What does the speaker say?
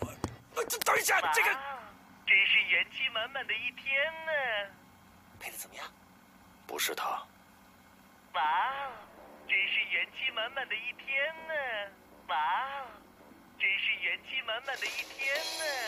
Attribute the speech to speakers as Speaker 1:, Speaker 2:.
Speaker 1: 呃等一下，这个
Speaker 2: 真啊是元气满满的一天呢、
Speaker 1: 配的怎么样？不是他，
Speaker 2: 哇哦，真是元气满满的一天呢、哇哦，真是元气满满的一天呢、